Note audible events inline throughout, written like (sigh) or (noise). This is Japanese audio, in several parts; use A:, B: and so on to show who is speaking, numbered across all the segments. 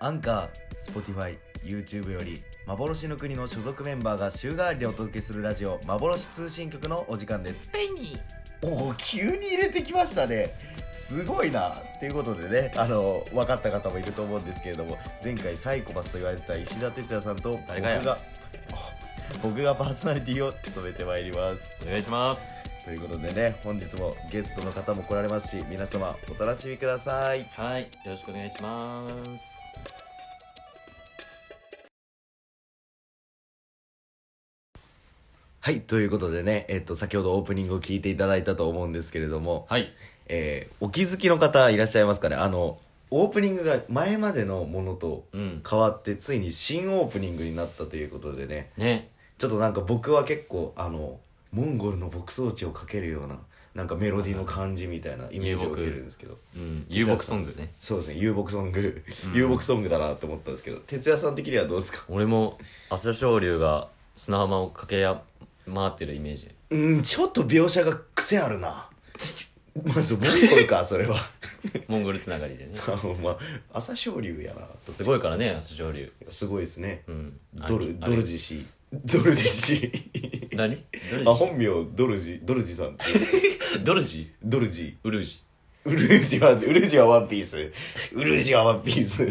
A: アンカー、Spotify、YouTube より幻の国の所属メンバーが週替わりでお届けするラジオ幻通信局のお時間です
B: ペニー
A: おお急に入れてきましたねすごいなっていうことでねあの分かった方もいると思うんですけれども前回サイコパスと言われてた石田哲也さんと僕
B: 誰がや
A: が (laughs) 僕がパーソナリティを務めてまいります
B: お願いします
A: ということでね本日もゲストの方も来られますし皆様お楽しみください
B: はいよろしくお願いします
A: はいということでねえっと先ほどオープニングを聞いていただいたと思うんですけれども
B: はい
A: えーお気づきの方いらっしゃいますかねあのオープニングが前までのものと
B: うん
A: 変わってついに新オープニングになったということでね
B: ね
A: ちょっとなんか僕は結構あのモンゴルの牧草地をかけるようななんかメロディーの感じみたいなイメージを受けるんですけど
B: うん遊牧ソングね
A: そうですね遊牧ソング遊牧ソングだなと思ったんですけど哲也さん的にはどうですか
B: 俺も浅田昇龍が砂浜を駆けや回ってるイメージ
A: うんちょっと描写が癖あるなまずモンゴルかそれは
B: モンゴルつながりでね (laughs)
A: あの (laughs) まあ朝青龍やなと
B: すごいからね浅田昇龍
A: すごいですね
B: うん
A: ドル
B: あ
A: ドルジ氏ドルジ氏
B: 何
A: (laughs) あ本名ドルジドルジさんって言うんですよ
B: ドルジ
A: ドルジ
B: ウルージ
A: ウルージは、ウルージはワンピース。ウルージはワンピース。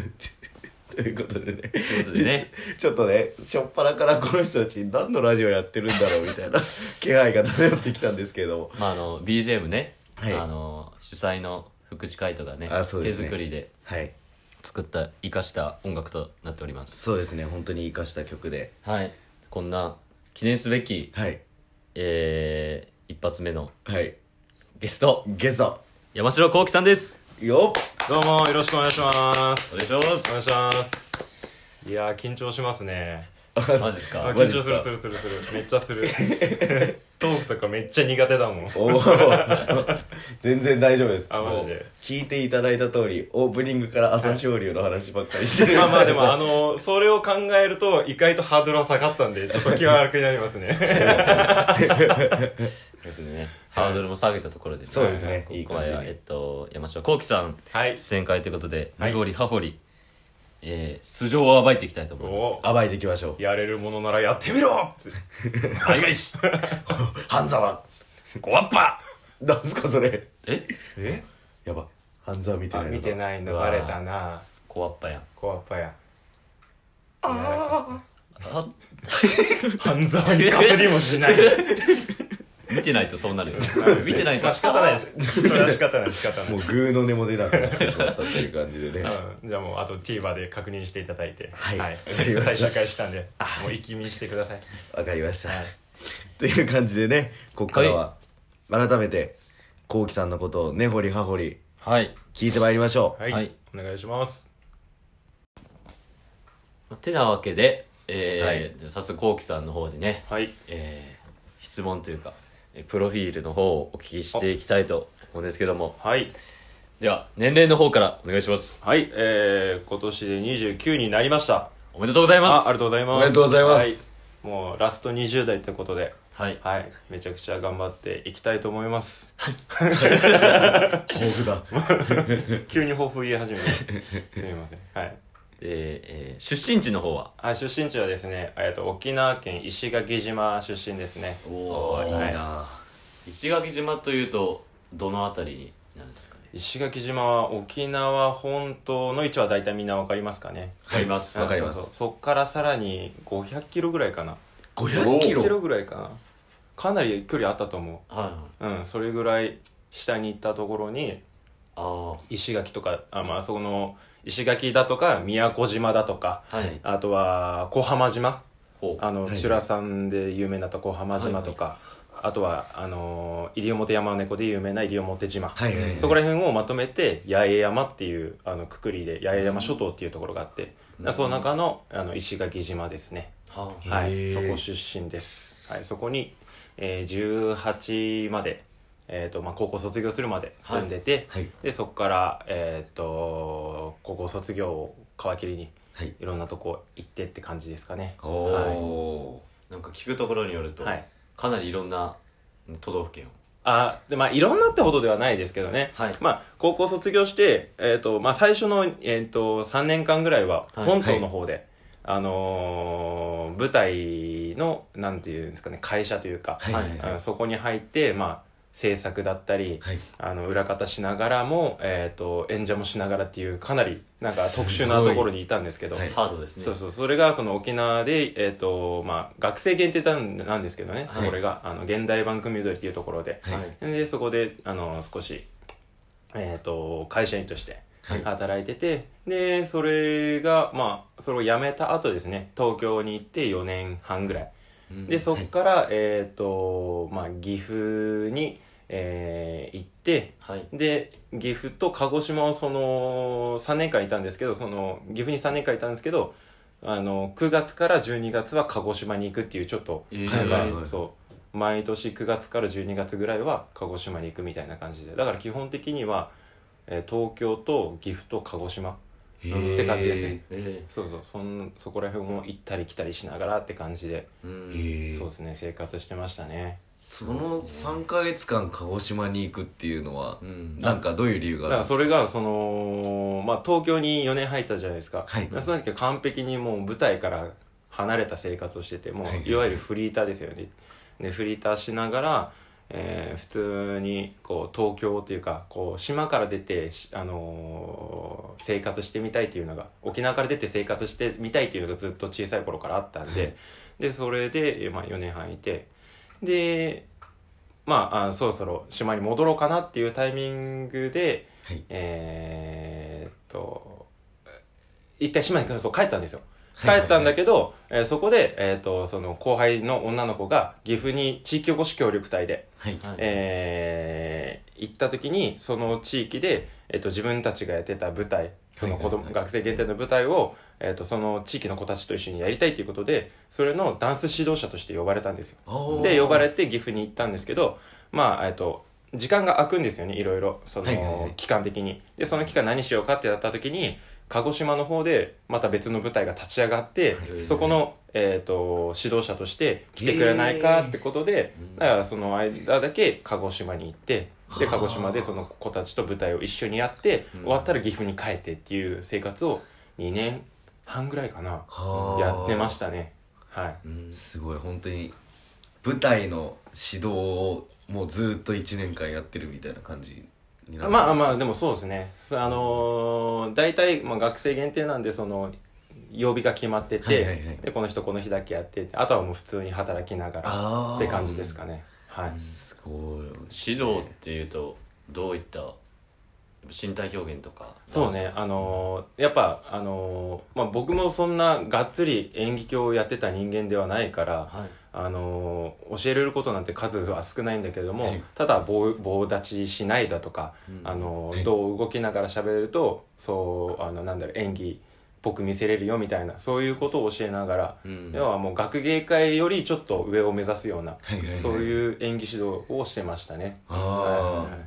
A: ということでね。と
B: いうことで
A: (laughs)
B: ね。
A: ちょっとね、しょっぱなからこの人たち何のラジオやってるんだろうみたいな気配が漂ってきたんですけれども。
B: まああの BGM ね、
A: はい
B: あの主催の福地海人がね
A: あそうですね
B: 手作りで
A: はい。
B: 作った生かした音楽となっております
A: そうですね、本当に活かした曲で。
B: はいこんな記念すべき、
A: はい。
B: えー、一発目の
A: はい。
B: ゲスト
A: ゲスト。
B: 山城幸輝さんです
A: よ
C: どうもよろしくお願いします
B: お願いします
C: お願いしますいやー緊張しますね
A: っ
B: マジです
C: あ
B: か
A: マ
C: 緊
A: ジっす
C: 張す
A: か
C: るするするするめっちゃするトークとかめっちゃ苦手だもん
A: おー全然大丈夫です。
C: あマジ
A: も
C: で
A: う聞いていただいた通り、オープニングから朝青龍の話ばっかりしてる。
C: まあまあでもあのそれを考えると意外とハードルは下がったんでちょっと気は楽になりますね
B: ということでねハードルも下げたところで、
A: そうですねいい
B: ここは
A: 感じに
B: えっと山城幸輝さん、
C: はい
B: 出演会ということで
C: はい
B: 根掘り葉掘り、えー、素性を暴いていきたいと思います
C: お
A: 暴いていきましょう。
C: やれるものならやってみろって
B: あいがいし
A: 半沢。
B: ごわっぱ
A: なんすかそれ。
B: え
C: え
A: やば。半沢見て
C: あ
A: ないの
C: 見てないの
B: うわー
C: バレたな
B: ごわっぱやん
C: こわっぱやあ
B: あ
C: 半沢にかすりもしない
B: 見てないとそうな
A: (laughs)
B: るよ見てないと
C: まあ仕方ない (laughs) ですそれは仕方ない仕方ない
A: もうグーの根も出なくなってしまったっていう感じでね
C: うんじゃあもうあと TVer で確認していただいて
A: はいわかりました
C: 最終回したんでもう一気見してください
A: わかりました、
C: はい
A: という感じでねここからは改めてこうきさんのことを根掘り葉掘り
B: はい
A: 聞いてまいりましょう、
C: はい、
B: はい
C: お願いします
B: てなわけで、えー
A: は
B: 早速こうきさんの方でね、
C: はい
B: えー質問というかえープロフィールの方をお聞きしていきたいと思うんですけども
C: はい
B: では年齢の方からお願いします
C: はいえー、今年で29になりました
B: おめでとうございま
C: あ
B: す
C: ありがとうございます
A: おめでとうございます、
C: はいもうラスト20代ってことで
B: はい
C: はいめちゃくちゃ頑張っていきたいと思い
A: (laughs)
C: ます
A: 豊富だ
C: 急に抱負言い
A: (laughs)
C: 始めてすみませんはい
B: えーえー出身地の方は
C: あ出身地はですね、えっと、沖縄県石垣島出身ですね
A: おーいいな、
C: はい
B: 石垣島というとどの辺りになるんですかね
C: 石垣島は沖縄本島の位置は大体みんなわかりますかね
B: わかります
A: わかります
C: そうそうそっからさらに500キロぐらいかな
A: 500キロ
C: 500ぐらいかなかなり距離あったと思
B: はいはい、
C: ううんそれぐらい下に行ったところに
B: あ
C: 石垣とかあまあそこの石垣だとか宮古島だとか
B: あはい
C: あとは小浜島
B: ほう
C: あの
A: はい
C: 修羅、さんで有名だった小浜島とか、あとはあの西表山猫で有名な西表島、
A: はいはいはい
C: そこら辺をまとめて八重山っていうあのくくりで八重山諸島っていうところがあって、
B: うん
C: その中のあの石垣島ですね、
B: はあ
C: は
A: へ
C: い、
A: ー
C: そこ出身です、はい、そこに、えー18まで、えーとまあ、高校卒業するまで住んでて、
A: はい
C: でそこから、えー、と高校卒業を皮切りに
A: はい
C: いろんなとこ行ってって感じですかね
A: おお
B: なんか聞くところによると、
C: はい
B: かなりいろんな都道府県を
C: あでまあいろんなってほどではないですけどね、
B: はい
C: まあ、高校卒業して、えーとまあ、最初の、えー、と3年間ぐらいは
B: はい
C: 本島の方で、あのー舞台のなんていうんですかね会社というか、
A: はいはい
C: あのそこに入って、まあ、制作だったり、
A: はい
C: あの裏方しながらも、えー、と演者もしながらっていうかなりなんか特殊なところにいたんですけど。
A: すごいはい
B: ハードですね
C: そうそうそれがその沖縄で、えーとまあ、学生限定なんなんですけどね、それがあの現代版組踊りっていうところで、
B: はい
C: でそこであの少し、えー、と会社員として
A: はい
C: 働いてて、でそれがまあそれを辞めた後ですね東京に行って4年半ぐらい
B: うん
C: でそっから、えっ、とまあ岐阜に、えー行って
B: はい
C: で岐阜と鹿児島をその3年間いたんですけどその岐阜に3年間いたんですけどあの9月から12月は鹿児島に行くっていうちょっと、
B: えー
C: なんか
A: はいはいはい
C: そう毎年9月から12月ぐらいは鹿児島に行くみたいな感じでだから基本的には、えー東京と岐阜と鹿児島って感じですね
B: え
C: そうそうそんそこら辺も行ったり来たりしながらって感じで、
B: ーうん
A: へー
C: そうですね生活してましたね
A: その3か月間鹿児島に行くっていうのは
B: うん
A: なんかどういう理由が
C: だ
A: あ
C: か
A: るん
C: ら
A: ですか
C: それがその、まあ、東京に4年入ったじゃないですか、
A: はい
C: でその時は完璧にもう舞台から離れた生活をしててもう、
A: はい
C: い、わゆるフリーターですよねでフリーターしながら、えー普通にこう東京というかこう島から出て、しあのー生活してみたいというのが沖縄から出て生活してみたいというのがずっと小さい頃からあったんで、でそれで、えーまあ、4年半いてでまああそろそろ島に戻ろうかなっていうタイミングで
A: はい
C: えーっと一回島にそう帰ったんですよ帰
A: はいはいはい
C: ったんだけど、えーそこで、えーっとその後輩の女の子が岐阜に地域おこし協力隊で、
A: はい
B: はい
C: えー行った時にその地域で、えーっと自分たちがやってた舞台その子
A: はい
C: 供、
A: はいはい
C: 学生限定の舞台を、えーっとその地域の子たちと一緒にやりたいということでそれのダンス指導者として呼ばれたんですよ。
A: おー
C: で呼ばれて岐阜に行ったんですけどまあえっと時間が空くんですよねいろいろその、
A: はいはいはい
C: 期間的にでその期間何しようかってなった時に鹿児島の方でまた別の舞台が立ち上がっ
A: は
C: て、
A: い
B: はいはい
C: そこの、えっと指導者として来てくれないかってことで、
B: えー
C: だからその間だけ鹿児島に行ってで
A: はあ
C: 鹿児島でその子たちと舞台を一緒にやって、
B: うん
C: 終わったら岐阜に帰ってっていう生活を2年半ぐらいかな
A: はあ
C: やってましたねはい
B: うん
A: すごい本当に舞台の指導をもうずっと1年間やってるみたいな感じになるんですか
C: まあまあでもそうですねそあのー大体、まあ、学生限定なんでその曜日が決まってて、
A: はいはいはい
C: でこの人この日だけやっててあとはもう普通に働きながら
A: あー
C: って感じですかねはい
A: すごい
B: 指導っていうとどういった身体表現とか
C: そうねあのーやっぱあのーまあ、僕もそんながっつり演劇をやってた人間ではないから
B: はい
C: あのー教えれることなんて数は少ないんだけれども、
A: はい
C: ただ棒棒立ちしないだとか、
B: うん
C: あの
A: はい
C: どう動きながら喋るとそうあのなんだろう演技っぽく見せれるよみたいなそういうことを教えながら、
B: うん
C: 要はもう学芸会よりちょっと上を目指すような、
A: はいはいはい
C: そういう演技指導をしてましたね。
A: あ
C: は
A: あ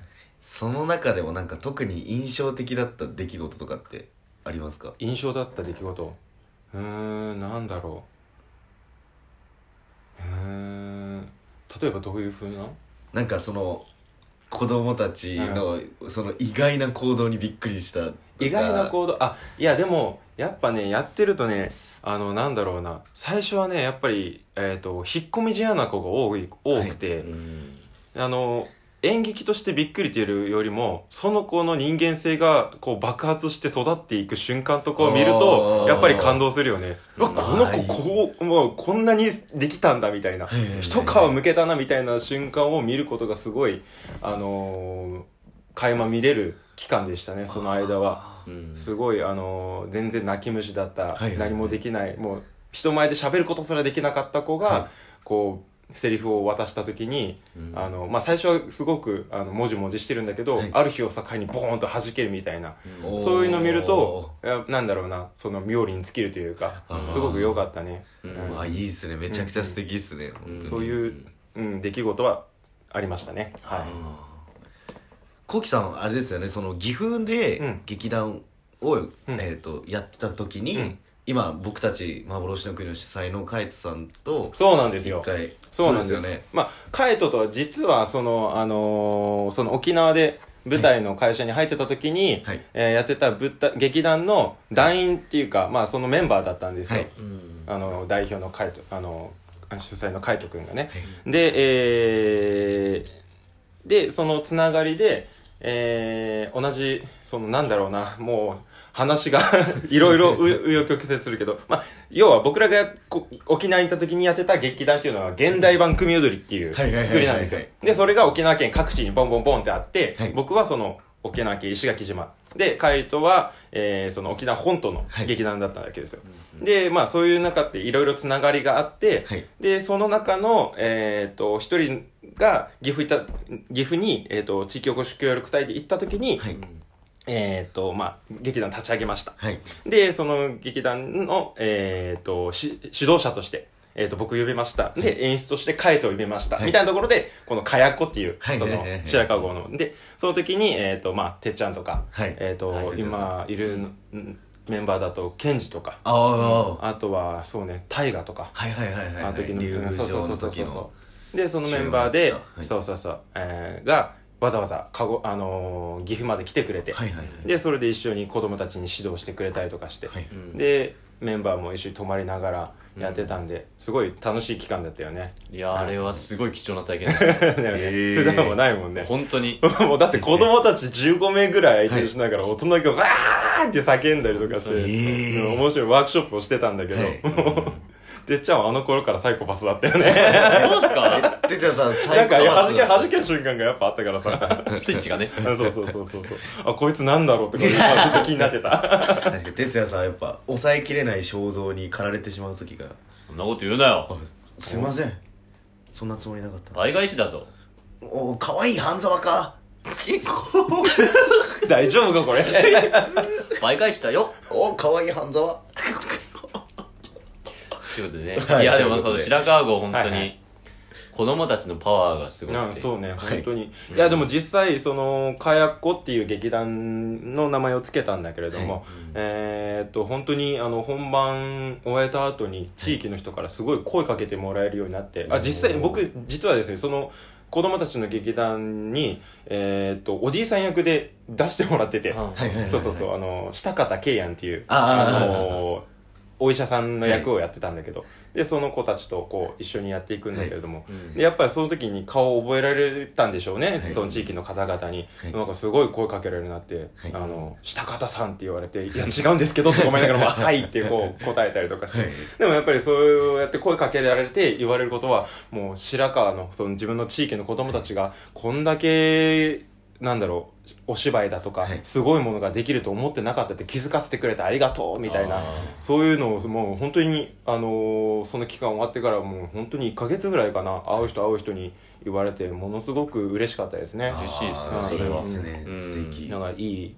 A: その中でもなんか特に印象的だった出来事とかってありますか
C: い印象だった出来事うーんなんだろううーん例えばどういうふうな
A: なんかその子供たちのその意外な行動にびっくりしたとか
C: 意外な行動あいやでもやっぱねやってるとねあのなんだろうな最初はねやっぱり、えー、と引っ込み思案な子が多い多くて、
B: うん
C: あの演劇としてびっくりというよりもその子の人間性がこう爆発して育っていく瞬間とかを見る
A: あ
C: と
A: ー
C: やっぱり感動するよねうわ
B: うん
C: この
A: はい
C: 子こうもうこんなにできたんだみたいな
A: はいはいはい
C: 一皮むけたなみたいな瞬間を見ることがすごいあのー垣間見れる期間でしたねその間は。
B: うん
C: すごいあのー全然泣き虫だっ
A: は
C: た、
A: いはいはい
C: 何もできないもう人前で喋ることすらできなかった子が、
A: は
C: こうセリフを渡した時に、
B: うん
C: あのまあ、最初はすごくあのもじもじしてるんだけど、
A: はい
C: ある日を境にボーンと弾けるみたいな
A: おー
C: そういうの見るといやなんだろうなその妙利に尽きるというか
A: あー
C: すごく良かったね、
B: うん
C: うん
A: うわいいっすねめちゃくちゃ素敵っすね、
B: うん
A: 本当
C: そ
A: に
C: ういう、うん、出来事はありましたねはい
A: コキさんあれですよねその岐阜で
C: うん
A: 劇団を、
C: ん
A: えー、とやってた時に、
C: うん
A: 今僕たち幻の国の主催のカイトさんと
C: そうなんです
A: 一
C: よ
A: 回
C: そうなんです
A: よね
C: まあ、カエトとは実はその、あのーその沖縄で舞台の会社に入ってた時に、
A: はい
C: えーやってた舞台劇団の団員っていうか、まあ、そのメンバーだったんですよ、
A: はい
B: うん
C: あの代表のカイトあの主催のカイト君がね、で、えーでそのつながりで、えー同じそのなんだろうなもう話が (laughs) いろいろ
A: (laughs)
C: 紆紆余曲折するけど、まあ、要は僕らがこ沖縄にいた時にやってた劇団っていうのは現代版組踊りっていう
A: はいはいはいはい
C: 作りなんですよ
A: はい
C: でそれが沖縄県各地にボンボンボンってあって、
A: はい
C: 僕はその沖縄県石垣島でカイトは、えーその沖縄本島の劇団だったわけですよ、でまあそういう中っていろいろつながりがあって、
A: はい
C: でその中のえっ、と一人が岐阜いた岐阜に、えー、と地域おこし協力隊で行った時に、
A: はい
C: えっ、とまあ劇団立ち上げました
A: はい
C: でその劇団の、えー、とし指導者として、えー、と僕呼びましたで演出としてカエトを呼びました、
A: はい
C: みたいなところでこの「かやこ」っていう、
A: はい
C: そ
A: はい
C: の
A: はいはい
C: 白川郷のでその時に、えーとまあ、てっちゃんとか、
A: はい
C: えーと
A: はいてっちゃん
C: 今いるんメンバーだとケンジとか
A: ああ、
C: あとはそうね大河とか
A: はいはいはいはい、はい、
C: あの時の
A: 竜
C: うんそうそう
A: 城
C: そ
A: の
C: うそう
A: 時
C: そう
A: の
C: でそのメンバーで、
A: 中盤だったはい
C: そうそうそう、えーがわざわざかご、あのー岐阜まで来てくれて、
A: はいはいはい
C: でそれで一緒に子供たちに指導してくれたりとかして、
A: はい
B: うん
C: でメンバーも一緒に泊まりながらやってたんで、すごい楽しい期間だったよね
B: いやあれはすごい貴重な体験でした
C: だよね、
A: へー
C: 普段もないもん (laughs) ね
B: 本当に
C: もうだって子供たち15名ぐらい相手にしながら大人がわーって叫んだりとかし
A: へ
C: て、
A: ー
C: 面白いワークショップをしてたんだけど、
A: はい
C: もうてっちゃんはあの頃からサイコパスだったよね
B: そうっすか
A: てっちゃん (laughs) さん
C: なん
A: 最
C: か
A: 初は
C: 弾け弾ける瞬間がやっぱあったからさ
B: スイッチがね
C: そうそうそうそうそうあこいつなんだろうってことがずっと気になってた (laughs)
A: 確かに哲也さんはやっぱ抑えきれない衝動に駆られてしまう時が
B: そんなこと言うなよ
A: 「すいませんそんなつもりなかった
B: 倍返しだぞ」
A: おおかわいい半沢か結構
C: 大丈夫かこれ
B: 倍返しだよ
A: おかわいい半沢
B: ということでね、、
A: はいい
B: やで
A: とい
B: も
A: うこ
B: そ
A: と
B: の
A: で
B: 白川郷本当
C: はいは
B: に
C: い
B: 子供たちのパワーがすご
C: あ
B: くて
C: そうね
A: い
C: 本当に、い、やでも実際そのかやっこっていう劇団の名前を付けたんだけれども、えーっと本当にあの本番終えた後に地域の人からすごい声かけてもらえるようになって、あ実際僕実はですねその子供たちの劇団に、えーっとおじいさん役で出してもらってて、
B: うん
A: はいはいはい
C: そうそうそう、あの、下方慶安っていう、
A: あー
C: のーお医者さんの役をやってたんだけど、で、その子たちとこう、一緒にやっていくんだけれども、でやっぱりその時に顔を覚えられたんでしょうね、
A: はい
C: その地域の方々に、
A: はい
C: なんかすごい声かけられるようになって、
A: はい
C: あの、下方さんって言われて、いや、違うんですけどって思いながら、まあ、はいってこう答えたりとかして、
A: はい
C: でもやっぱりそうやって声かけられて言われることは、もう白川の、その自分の地域の子供たちが、こんだけ、なんだろう、お芝居だとか
A: はい、
C: すごいものができると思ってなかったって気づかせてくれてありがとうみたいな
B: あー、
C: そういうのをもう本当に、あのーその期間終わってからもう本当に1ヶ月ぐらいかな、会う人会う人に言われて、ものすごく嬉しかったですね。
B: 嬉しいっすね
A: あー
B: それはい
A: いっすね
B: うん
A: 素敵
C: なんかいい、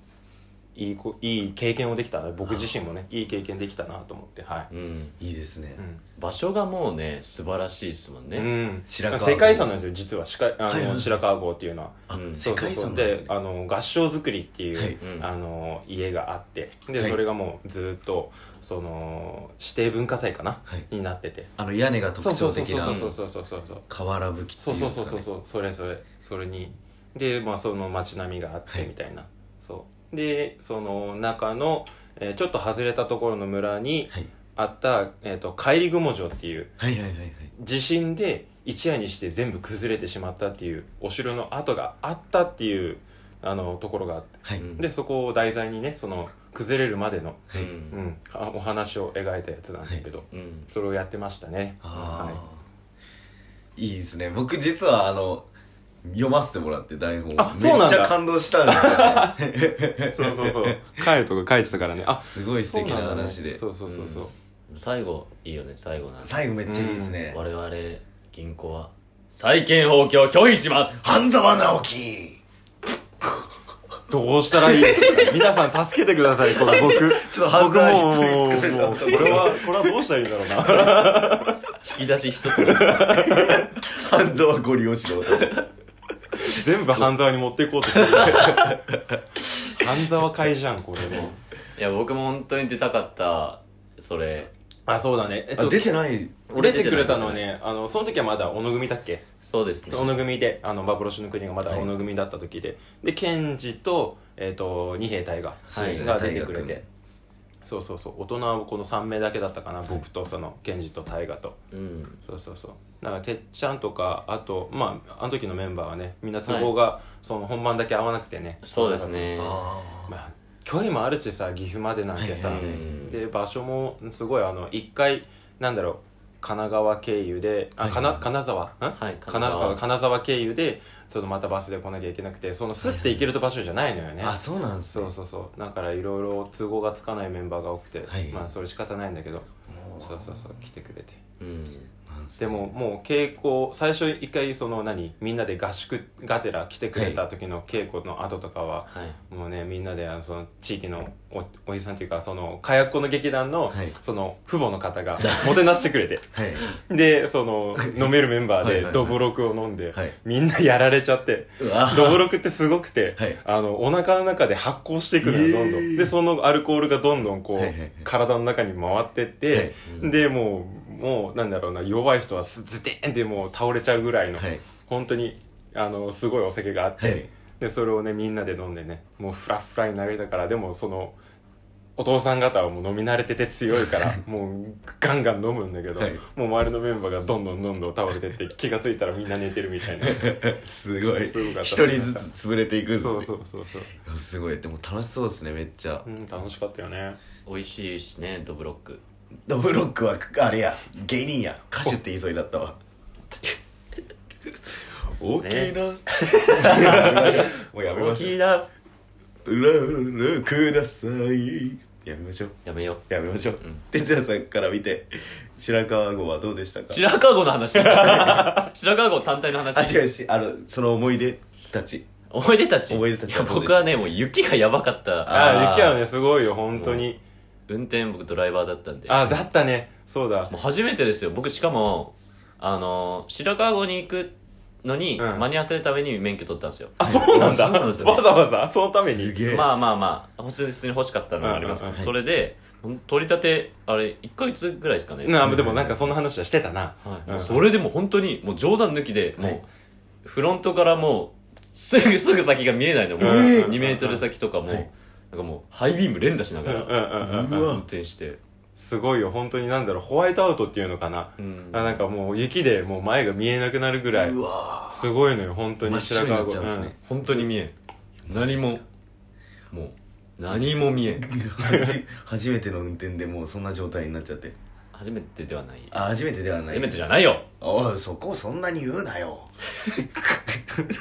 C: いいこ、いい経験をできたな。僕自身もね、いい経験できたなと思って、はい。
B: うん
A: いいですね
C: うん
B: 場所がもうね素晴らしいですもんね、
C: うん、
A: 白川郷
C: 世界遺産なんですよ実はしかあの、
A: はいはい
C: 白川郷っていうのは。
A: あ
B: うん
A: 世界遺産なん
C: で、
A: ですす
C: あ
A: ね
C: の合掌造りっていう、
A: はい
B: うん
C: あの家があってで、
A: はい
C: それがもうずっとその指定文化財かな、
A: はい
C: になってて
A: あの屋根が特徴的な
C: そうそうそうそうそう
A: 瓦ぶきって
C: そう
A: い
C: そううそうそう
A: う
C: そうそれそれそれにでまあその街並みがあって
A: はい
C: みたいな、そうでその中の、えーちょっと外れたところの村に
A: はい
C: あった、えー、と帰り雲城っていう
A: はいはいはいはい
C: 地震で一夜にして全部崩れてしまったっていうお城の跡があったっていうあのところがあって
A: はい
B: うん
C: でそこを題材にねその崩れるまでの、
A: はい
B: うん
C: うん、あお話を描いたやつなんだけど、
B: うん
C: それをやってましたね
A: あ
C: は
A: あいいですね僕実はあの読ませてもらって台本
C: あそうなんだ
A: めっちゃ感動したんですよね
C: (laughs) い、そうそうそう (laughs) 帰るとか帰ってたからねあ
A: すごい素敵な話で、
C: そうそうそうそう、
B: 最後いいよね最後なんで
A: 最後めっちゃいいですね、
B: 我々銀行は債権放棄を拒否します
A: 半沢直樹
C: どうしたらいいですか皆さん助けてくださいこれ (laughs) 僕
A: ちょっと半
C: 僕
A: 沢
C: ももうもう
A: 一人作れた
C: これはこれはどうしたらいいんだろうな (laughs)
B: 引き出し一つ (laughs) が
A: 半沢ご利用しろ
C: 全部半沢に持っていこうとして (laughs) る半沢会じゃんこれも
B: いや僕も本当に出たかったそれ
C: あそうだね、えっと、
A: あ出てない
B: 俺
C: 出てくれた
B: 出
C: のは
B: てない
C: ねあのその時はまだ小野組だっけ
B: そうですね
C: 小野組であの幻の国がまだ
A: はい
C: 小野組だった時で、で賢治と,、えー、と二兵隊が,、
A: そうですね
C: が出てくれ
A: 大河
C: てそうそうそう大人はこの3名だけだったかな僕とその賢治と大河と
B: うん
C: そうそうそうだからてっちゃんとかあとまああの時のメンバーはねみんな都合がその本番だけ合わなくてね、
B: そうですね
A: あ
C: まあ、距離もあるしさ岐阜までなんてさ、
A: はいはい
B: はい
C: で場所もすごいあの一回なんだろう神奈川経由であ、
A: はい
C: かな金沢ん
B: はい
C: 金沢金沢経由でちょっとまたバスで来なきゃいけなくてそのスッて行ける場所じゃないのよね、
A: ああそうなんですね
C: そうそうそうだからいろいろ都合がつかないメンバーが多くて、
A: はい
C: まあそれ仕方ないんだけどそうそうそう来てくれて
B: うん
A: なんす
C: でももう稽古最初一回その何みんなで合宿がてら来てくれた時の稽古の後とかは、
B: はい
C: もうねみんなであのその地域のおおじさんというかその火薬庫の劇団の、
A: はい
C: その父母の
A: (laughs)
C: 方がもてなしてくれて
A: はい
C: でその飲めるメンバ
A: はい
C: ー
A: はいは
C: で
A: い
C: どぶろくを飲んで、
A: はい
C: みんなやられち
A: (laughs)
C: ゃって
A: うわ
C: どぶろくってすごくて、
A: はい
C: あのお腹の中で発酵していくの
A: え
C: よ
A: ー
C: どんどん、でそのアルコールがどんどんこう、
A: はいはいはい
C: 体の中に回ってって、
A: はい
B: うん
C: でもうもうなんだろうな弱い人はすズテンってもう倒れちゃうぐらいの、
A: はい
C: 本当にあのすごいお酒があって。
A: はい
C: でそれをねみんなで飲んでねもうフラフラになれたからでもそのお父さん方はもう飲み慣れてて強いからもうガンガン飲むんだけど、
A: はい
C: もう周りのメンバーがどんどんどんどん倒れてって気がついたらみんな寝てるみたいな
A: (laughs) すごい
C: すごかった
A: 一人ずつ潰れていくんですね
C: そうそうそうそう、
A: いやすごいでも楽しそうですねめっちゃ
C: うん、楽しかったよね
B: 美味しいしねドブロック
A: ドブロックはあれや芸人や歌手って言いそうになったわ (laughs) 大きいな、もうやめま
B: 大
A: しょう
B: きいな
A: ルルくださいやめましょう
B: やめよう
A: やめましょう
B: うん
A: 哲也、さんから見て白川郷はどうでしたか
B: 白川郷の話 (laughs) 白川郷単体の
A: あ
B: 話
A: 違うしあのその思い出たち
B: 思い出たち
A: 思い出たち
B: や僕はねもう雪がやばかった
A: あー
C: ああ雪はねすごいよ本当に
B: 運転僕ドライバーだったんで
C: あだったねそうだ
B: もう初めてですよ僕しかもあの白川郷に行くのに
C: うん
B: 間に合わせるために免許取ったんですよ、
C: あそうなんだ
B: そうなんですよね
C: わざわざそのために
A: すげえ
B: まあまあまあ普通に普通に欲しかったのはありますけど、
C: うんうんうん
B: それで取り立てあれ1ヶ月ぐらいですかね、
C: なあでもなんかそんな話はしてたな、
B: はい
C: うん
B: それでもう本当にもう冗談抜きでもうフロントからもうすぐすぐ先が見えないのもう
A: えー
B: 2メートル先とかも、
A: はい
B: なんかもうハイビーム連打しな
C: う
B: が
C: んうん
B: ら
C: うんうん
A: うわ
B: 運転して、
C: すごいよ本当になんだろうホワイトアウトっていうのかな、
B: うん
C: あなんかもう雪でもう前が見えなくなるぐらいう
A: わ
C: すごいのよ本当
A: 真
C: に
A: っ白になっちゃうんですね、
B: 本当に見えん何ももう何も見えん
A: はじ (laughs) 初めての運転でもうそんな状態になっちゃって
B: 初めてではない
A: あ初めてではない
B: 初めてじゃないよ
A: おいそこをそんなに言うなよ (laughs)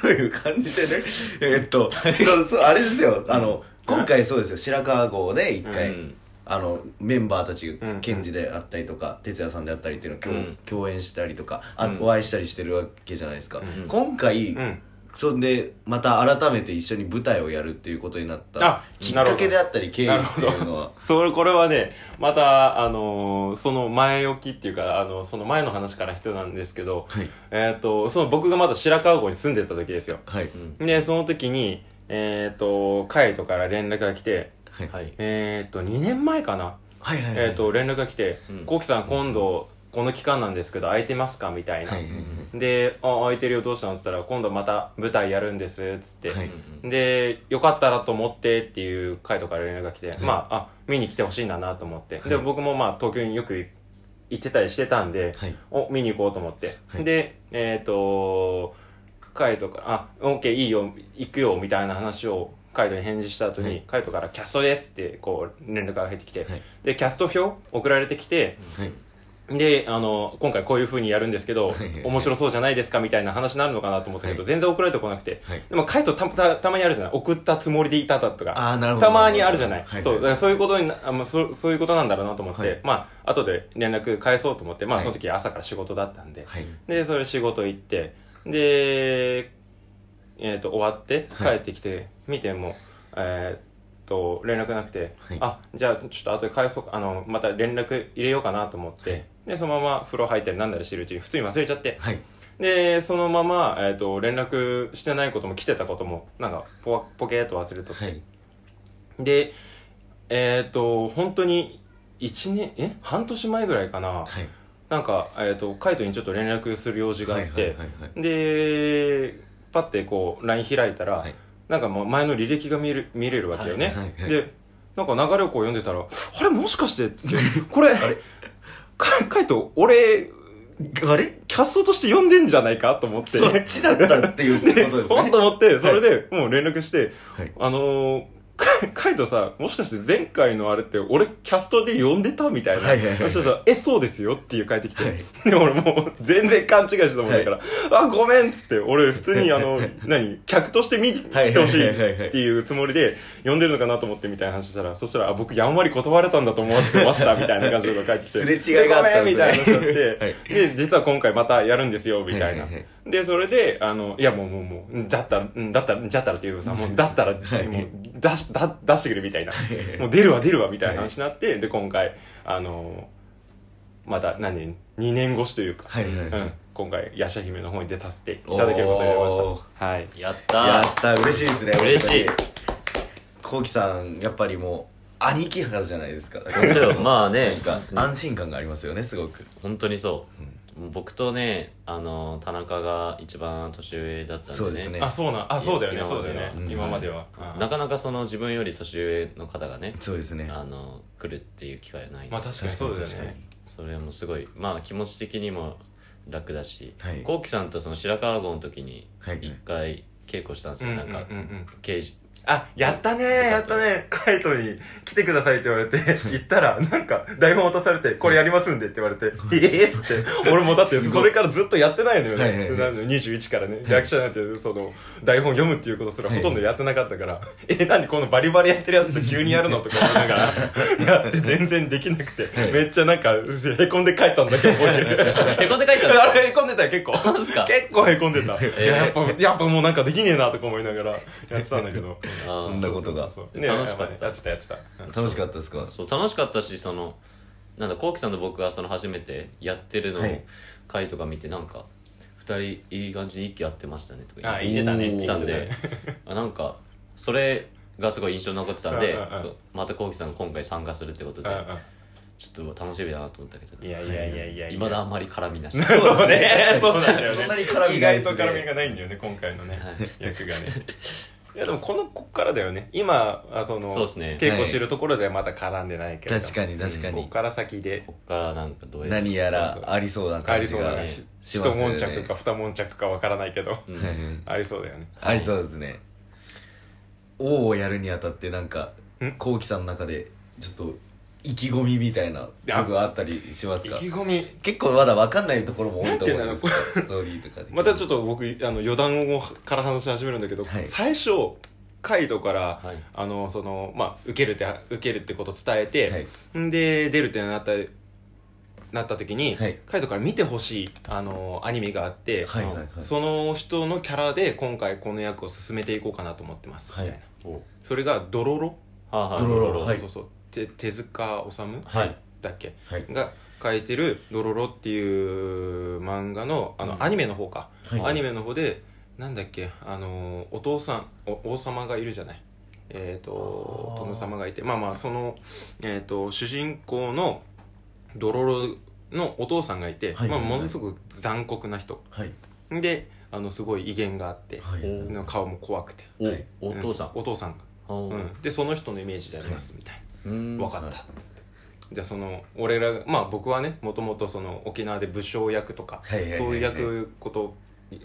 A: という感じでねえっとそうそうあれですよあの今回そうですよ白川郷で一回、
B: うん
A: あのメンバーたち
C: うん
A: 賢治であったりとか哲也さんであったりっていうのを共,、
B: うん
A: 共演したりとかあ、
B: うん
A: お会いしたりしてるわけじゃないですか、
B: ん
A: 今回、
C: うん
A: そんでまた改めて一緒に舞台をやるっていうことになっ
C: あ
A: たきっかけであったり経緯っていうのは
C: それこれはねまたあのーその前置きっていうかあのその前の話から必要なんですけど、
A: はい
C: えっ、とその僕がまだ白川郷に住んでた時ですよ
A: はい
C: でその時にえっ、と海斗から連絡が来て
A: はい
B: はい
C: えっ、と2年前かな
A: はいはいはい
C: えっ、と連絡が来て
B: う
C: 「
B: ん
C: こうきさん今度この期間なんですけど空いてますか?」みたいな、
A: はいはい
C: で「あ空いてるよどうしたの?」っつったら「今度また舞台やるんです」っつって、
A: はい
C: で、よかったらと思ってっていう回とから連絡が来て、まあ、あ、見に来てほしいんだなと思って。で、僕もまあ、東京によく行ってたりしてたんで、
A: はい
C: お、見に行こうと思って。
A: はい
C: で、えっ、と、カイトから、あ、オッケーいいよ、行くよ、みたいな話をカイトに返事した後に、
A: はい
C: カイトからキャストですって、こう、連絡が入ってきて、
A: はい
C: で、キャスト表送られてきて、
A: はい
C: で、あの、今回こういう風にやるんですけど
A: はいはい、
C: 面白そうじゃないですかみたいな話になるのかなと思ったけど、
A: はい
C: 全然送られてこなくて、
A: はい
C: でも回答たたたまにあるじゃない送ったつもりでいただとか。
A: ああなるほど
C: たまにあるじゃない。
A: は
C: そう、だからそういう
A: と
C: ことにな、あまあ、そうそういうことなんだろうなと思って、
A: はい
C: まあ、後で連絡返そうと思って、まあ、
A: はい
C: その時朝から仕事だったんで、
A: はい
C: で、それ仕事行って、で、えっ、と、終わって、帰
A: はい
C: ってきて、見ても、えっ、と、連絡なくて、
A: はい
C: あ、じゃあ、ちょっと後で返そうか、あの、また連絡入れようかなと思って、
A: はい
C: で、そのまま風呂入ったりなんだりしてるうちに、普通に忘れちゃって、
A: はい
C: で、そのまま、えっ、と、連絡してないことも来てたことも、なんか、ポワポケーっと忘れとって、
A: はい
C: で、えっ、と、本当に、 1年え半年前ぐらいかな
A: はい
C: なんか、えー、とカイトにちょっと連絡する用事があって、
A: はいはいはい
C: でパッてこう LINE 開いたら、
A: はい
C: なんかもう前の履歴が見る見れるわけよね、
A: はいはいはい
C: でなんか流れをこう読んでたら「あれもしかして」っ (laughs) つって「これカイカイト俺
A: はいあれ
C: キャストとして読んでんじゃないか?」と思って
A: そっちだったっていうことですね
C: ほんと思ってそれでもう連絡して「
A: はい
C: あのー、カイカイトさもしかして前回のあれって俺キャストで呼んでた?」みたいな、
A: はいはいはいはい
C: そしたらさ「えそうですよ」っていう返ってきて、
A: はい
C: で俺もう全然勘違いしてたもんだから「あごめん」っつって俺普通にあの何客として見に
A: はい
C: 来てほし
A: はいはいはいはい
C: いっていうつもりで呼んでるのかなと思ってみたいな話したらそしたらあ「僕やんわり断れたんだと思ってました」みたいな感じの返ってきて
A: すれ違いがあったんですね
C: ごめんみたいなのになって、
A: (laughs) はい
C: で実は今回またやるんですよみたいな。
A: はいはいはい
C: で、それで、あの、いや、もう、もう、もう、だったら、うんだったら、じゃったらっていうさ、もう、だったら、もう、出し、だ出してくれみたいな。もう、出るわ、出るわ、みたいな話になって、で、今回、あの、また、何、2年越しというか、
A: はいはいはい
C: うん、今回、ヤシャ姫の方に出させていただけることになりま
A: お
C: した。はい。
B: やったー
A: やった嬉しいですね
B: 嬉しい
A: こうきさんやっぱりもう兄貴派じゃないです
C: (laughs)
A: か
B: 本当よまあね
A: なんか安心感がありますよねすごく
B: 本当にそう、僕とねあの田中が一番年上だったんでね
A: そうですね
C: あ、そうなん、あ、そうだよね、
B: 今
C: そ
B: ま
C: う
B: で
C: だ
B: は
C: よね、
A: うん
C: 今までは。うん
B: なかなかその自分より年上の方がね
A: そうですね
B: あの来るっていう機会はないんで
C: まあ、確かにそうだよ
A: 確かに
C: ね。
B: それもすごいまあ気持ち的にも楽だし、
A: はい
B: こうきさんとその白川郷の時に
A: はい
B: 一回稽古したんですよ、なんか
C: うんうんうんうん
B: 刑 (laughs) 事
C: あ、やったね
B: うん
C: やったねカイトに来てくださいって言われ
A: (laughs)
C: て、行ったら、なんか、台本渡されて、これやりますんでって言
A: (laughs)
C: われて、ええっつって、俺もだって、
A: すごい
C: それからずっとやってないのよ
A: はいはい
C: ね。
A: はい
C: なのに21からね、役者なんて、その、台本読むっていうことすらほとんどやってなかったから、え、なんでこのバリバリやってるやつと急にやるのとか思いながら、やって全然できなくて、めっちゃなんか、へこんで帰ったんだけど、覚えてる。
B: へこんで書いたん
A: (laughs)
B: です
C: あ
B: か
C: れへこんでたよ結構
B: んすか
C: 結構へこんでた、
B: ー
C: いややっぱやっぱもうなんかできねえなとか思いながらやってたんだけど
B: あー
A: そんなことが
C: そうそうそうね
B: 楽しかった
C: やってたやってた
A: 楽しかったですか
B: そう楽しかったしそのなんだこうきさんと僕がその初めてやってるのを
A: はい
B: 回とか見てなんか2人いい感じに息合ってましたねと
C: あ
B: か
C: 言ってたね
B: 言ってたん
C: 言っ
B: で
C: て
B: あなんかそれがすごい印象に残ってたんで
C: うんうんうん
B: そうまたこうきさんが今回参加するってことで
C: うん
B: ちょっと楽しみだなと思ったけど
C: うんいやいやいやいや
B: いまだあんまり絡みなしはい
C: そうねそうなんだよね
A: そんなに絡み
C: 意
A: がないです
C: 外と
A: ね
C: 絡みがないんだよね今回のね役がねいやでもこのこっからだよね今あその
B: そうですね
C: 稽古してるところではまだ絡んでないけど
A: 確かに確か
C: こっ
A: に
C: から先で
B: こっからなんかどうや
A: 何やら
C: そうそう
A: ありそうな
C: あ
A: 感
C: り
A: じ
C: そうだ
A: が
C: ね
A: し
C: 一
A: ますよ
C: 悶
A: ね
C: 着か二悶着かわからないけど
B: うん
A: はいはい
C: ありそうだよね
A: ありそうですね王をやるにあたってなんか
C: ん
A: こうきさんの中でちょっと意気込みみたいな
C: や
A: 僕はあったりします
C: 意
A: か
C: 気込み
A: 結構まだ分かんないところも多いと思うん
C: なん
A: です
C: てい
A: け
C: う
A: ど
C: の
A: ストーリーとかで
C: またち
A: っ
C: ょっと僕あの余談をから話し始めるんだけど、
A: はい
C: 最初カイトから、
B: はい
C: あのそのまあ受けるって受けるってこと伝えて、
A: はい
C: んで出るってなったなった時に、
A: はい
C: カイトから見てほしいあのアニメがあって、
A: はいはいはい
C: その人のキャラで今回この役を進めていこうかなと思ってます、
A: はい
C: みたいな
B: おは
C: それがドロロ、
B: あはあ
A: ドロロ
B: ドロロ
A: はい
C: そうそうそう手手塚治虫、
B: はい
C: だっけ
A: はい
C: が書いてる「ドロロ」っていう漫画のあの、
B: うん
C: アニメの方か、
A: はい
C: アニメの方でなんだっけあのお父さんお王様がいるじゃないえっ、と
A: あー
C: 殿様がいてまあまあその、えー、と主人公のドロロのお父さんがいて、
A: はいはいはい
C: まあ、ものすごく残酷な人
A: はい
C: であのすごい威厳があって、
A: はいはい
B: お
C: の顔も怖くて
B: おお父さん
C: お父さんが、
B: お
C: うん、でその人のイメージでありますみたいな。
B: うん
C: 分かったっつって、じゃあその俺らがまあ僕はねもともとその沖縄で武将役とか、
A: はいはいはいはい
C: そういう役こと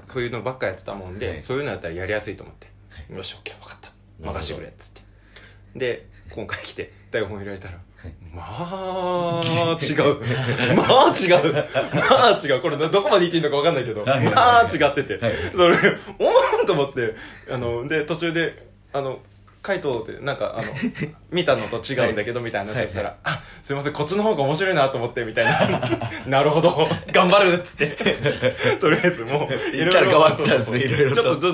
C: そういうのばっかやってたもんで、
A: はい
C: そういうのやったらやりやすいと思って、
A: は
C: よし OK 分かった
B: なるほど
C: 任してくれっつってで今回来て台本入れられたら、
A: い
C: まあ違う (laughs) まあ違うまあ違うこれどこまで言っていいのか分かんないけど、
A: はいはいはい
C: まあ違ってて、
A: はい
C: それおんと思ってあので途中で「あの海藤ってな
A: (laughs)
C: んかあの見たのと違うんだけど」みたいな話をしたら「あすいませんこっちの方が面白いな」と思ってみたい (laughs) な「なるほど頑張る」っつって (laughs) とりあえずもう
A: 一から変わったんですね
C: そうそう
A: いろいろと
C: ちょっと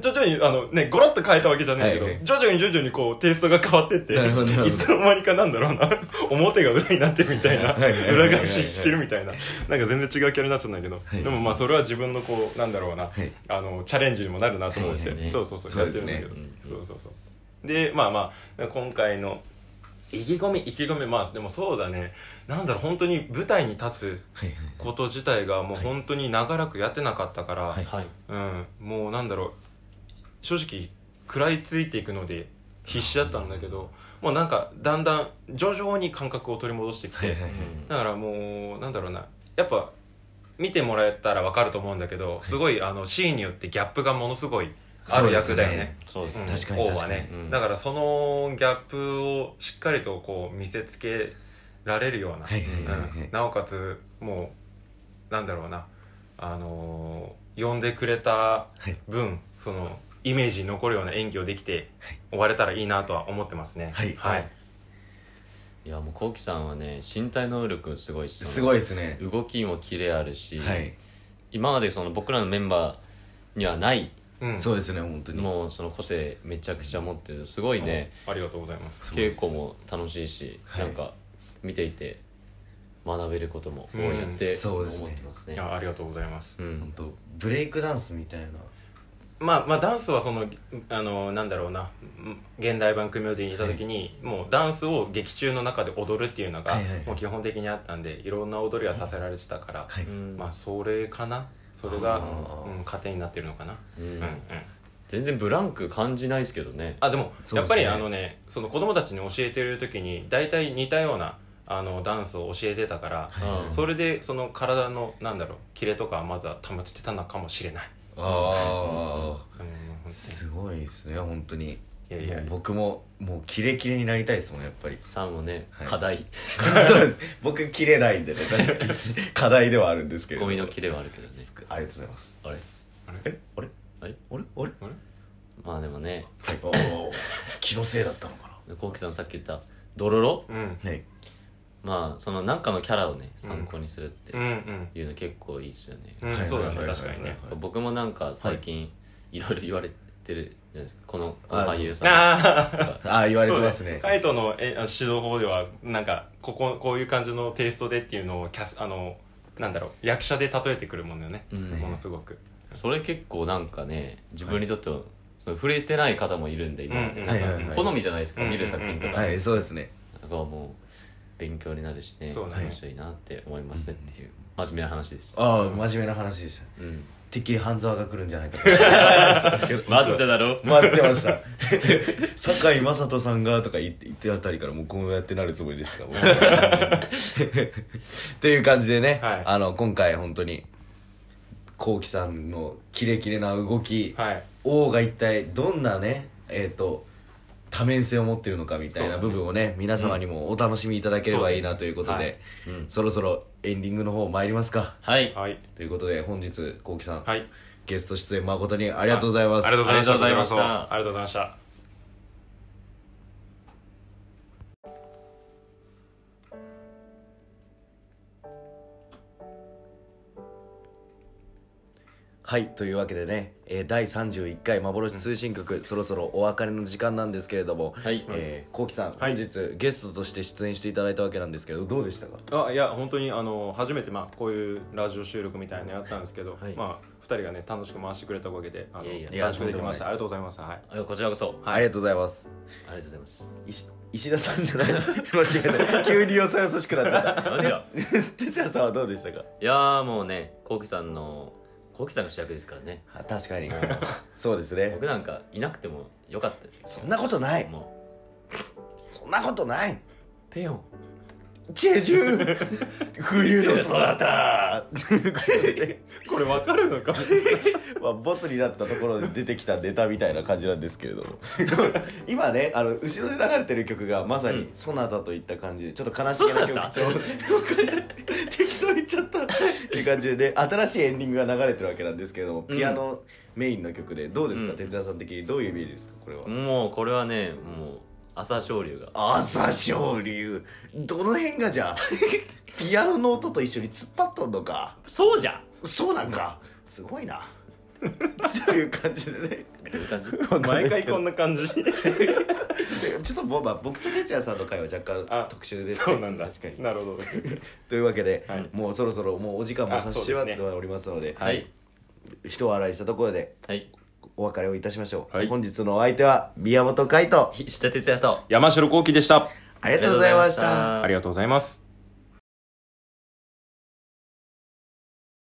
C: 徐々にあのねゴロッと変えたわけじゃないけど、
A: はいはい
C: 徐々に徐々にこうテイストが変わってって
A: なるほどなるほど
C: いつの間にかなんだろうな (laughs) 表が裏になってるみたいな
A: はいはいはいはい
C: 裏返ししてるみたいななんか全然違うキャラになっちゃうんだけど、
A: い
C: でもまあそれは自分のこうなんだろうな、
A: はい
C: あのチャレンジにもなるなと思って
B: そうですね
C: そうそうそう
A: そうですね
C: やってるんだけどそうそうそうでまあまあ今回の意気込み意気込みまあでもそうだねなんだろう本当に舞台に立つ
D: はいはい
C: こと自体がもう
D: はい
C: 本当に長らくやってなかったから、
D: はい
B: はい
C: うん、もうなんだろう正直食らいついていくので必死だったんだけどもうなんかだんだん徐々に感覚を取り戻してき
D: はい
C: て
D: はいはい
C: だからもうなんだろうなやっぱ見てもらえたらわかると思うんだけどすごいあのシーンによってギャップがものすごいある役だよね
B: そうです
C: うん
B: ね、
D: 確かに
C: 王は
D: 確かに
C: ね
B: うん
C: だからそのギャップをしっかりとこう見せつけられるような、
D: はいはいはいはい
C: うんなおかつもうなんだろうなあのー呼んでくれた分、そのイメージに残るような演技をできて
D: はい
C: 終われたらいいなとは思ってますね
D: はい
C: はい、
B: いやもうこうきさんはね身体能力すごいし
A: すごいですね
B: 動きもキレあるし、
D: はい
B: 今までその僕らのメンバーにはない
C: うん
A: そうですね本当に
B: もうその個性めちゃくちゃ持ってるすごいね、
C: ありがとうございます
B: 稽古も楽しいし、
A: はい
B: なんか見ていて学べることも多いなっ
C: う
B: て
A: んそ
B: 思
A: う
B: っ
A: ですね
B: てますね
C: い。やありがとうございます
B: うん
A: 本当ブレイクダンスみたいな
C: まあまあダンスはそのあのなんだろうなうん現代版組オデにいた時に、もうダンスを劇中の中で踊るっていうのが、
D: はいはいはい
C: もう基本的にあったんでいろんな踊りはさせられてたから、
D: はい
B: うん
C: まあそれかなそれが
A: あ、ー
C: うん、糧になってるのかな、
B: うん
C: うんうん、
B: 全然ブランク感じないですけどね。
C: あでも
D: そうですね
C: やっぱりあのねその子供たちに教えてる時に大体似たようなあのダンスを教えてたから、
D: はい
B: うん
C: それでその体のなんだろうキレとかはまだ保ててたのかもしれない、
A: あ
C: うんうんうん
A: あすごいですね本当に
C: いやいや
A: もう僕ももうキレキレになりたいですもんやっぱり
B: さんもね、
A: はい
B: 課題
A: そうです僕キレないんでね確かに課題ではあるんですけれど
B: ゴ
A: も
B: ミのキレはあるけどね。
A: ありがとうございます
B: あれ
C: あれ
A: えあれ
B: あれ
A: あれあれ
C: あれ
B: まあでもね、
A: おー気のせいだったのか
B: こうきさんさっき言ったドロロ、
C: うん
A: なはい
B: まあそのなんかのキャラをね参考にするって
C: うんうん
B: いうの結構いいですよね。
C: うん
A: はい
C: そうだ
A: はい
C: ね
A: はい
C: 確かにね
A: はい
B: 僕もなんか最近いろいろ言われてるじゃないですか。このこの
A: あ
B: 俳優さん。
C: ああ
A: ああ言われてますね
C: カイトのえあ指導法ではなんかこここういう感じのテイストでっていうのをキャスあのなんだろう役者で例えてくるもんだよね、
B: うん
C: ものすごく、
B: それ結構なんかね自分にとっては、その触れてない方もいるんで今、
C: うんう
B: な
C: ん
B: んか
A: はいはいはい
B: 好みじゃないですか、
C: うん
B: 見る作品とか、
C: うんうん
A: はいそうですね
B: だからもう勉強になるしね
C: そうだね
B: 面白いなって思いますねっていう真面目な話です、
A: ああ真面目な話でした
B: うん、
A: てっきり半沢が来るんじゃないかと思ってたんですけど
B: 待ってただろ
A: 待ってました (laughs) 堺雅人さんがとか言って言ってあたりからもうこうやってなるつもりでした (laughs) もうという感じでね、
C: はい
A: あの今回本当にこうきさんのキレキレな動き、
C: はい
A: 王が一体どんなねえっ、と多面性を持ってるのかみたいな部分をね皆様にもお楽しみいただければいいなということ
B: そう
A: で、
B: だねはいうん
A: そろそろエンディングの方参りますか
B: はい
C: はい
A: ということで本日こうきさん、
C: はい
A: ゲスト出演誠にあ
C: あ
A: りがとうございます
C: ありがとうございまし
B: あ
C: たありがとうございました
A: はいというわけでね、えー第31回幻通信局、そろそろお別れの時間なんですけれども、
B: はい
A: えー、こうきさん、
C: はい
A: 本日ゲストとして出演していただいたわけなんですけどどうでしたか
C: あいや本当にあの初めて、まあ、こういうラジオ収録みたいなのやったんですけど、
B: はい
C: まあ、2人がね楽しく回してくれたおかげであの
B: いやい
A: や
C: 楽しくできましたあ
A: いや
C: りがとうございます、はい、
B: あこちらこそ
A: ありがとうございます
B: ありがとうございます
A: 石石田さんじゃない間違えた急によそよそしくなっちゃっ
B: なんじゃ
A: た (laughs) 哲也さんはどうでしたか
B: いやーもうねこうきさんのこうきさんが主役ですからね
A: あ確かにそうですね
B: 僕なんかいなくてもよかったです
A: そんなことない
B: も
A: そんなことないう
B: ペヨン
A: チェジュ冬の空 (laughs) だ
C: (laughs) これわかるのか
A: まあ、ボツになったところで出てきたネタみたいな感じなんですけ
B: (laughs)
A: れども今ねあの後ろで流れてる曲がまさに「そなた」といった感じでちょっと悲しげな曲
B: (laughs)
A: 調 (laughs) 適当言っちゃったっていう感じでね新しいエンディングが流れてるわけなんですけれども、ピアノメインの曲でどうですか、
B: うん
A: 哲也さん的にどういうイメージですかこれは。
B: もうこれはねもう朝青龍が
A: 朝青龍どの辺が
B: (laughs)
A: じゃあピアノの音と一緒に突っ張っとんのか
B: そうじゃ
A: そうなんかすごいな
B: (laughs)
A: という感じでね
B: っていう感じ
C: 毎回こんな感じ
A: でちょっともうまあ僕と哲也さんの会は若
C: (laughs) あ
A: 干特殊ですね
C: そうなんだ
A: 確かに
C: なるほど (laughs)
A: というわけで、
C: はい
A: もうそろそろもうお時間も
C: あ
A: 差し
C: そうです
A: 迫っ
C: ね
A: ておりますので
B: はい
A: 一笑いしたところで
B: はい
A: お別れをいたしましょう、
C: はい
A: 本日のお相手は宮本海斗
B: 石田哲也と
C: 山城幸輝でした
E: ありがとうございまし
F: ありがとうございましたた
B: ありがとうございます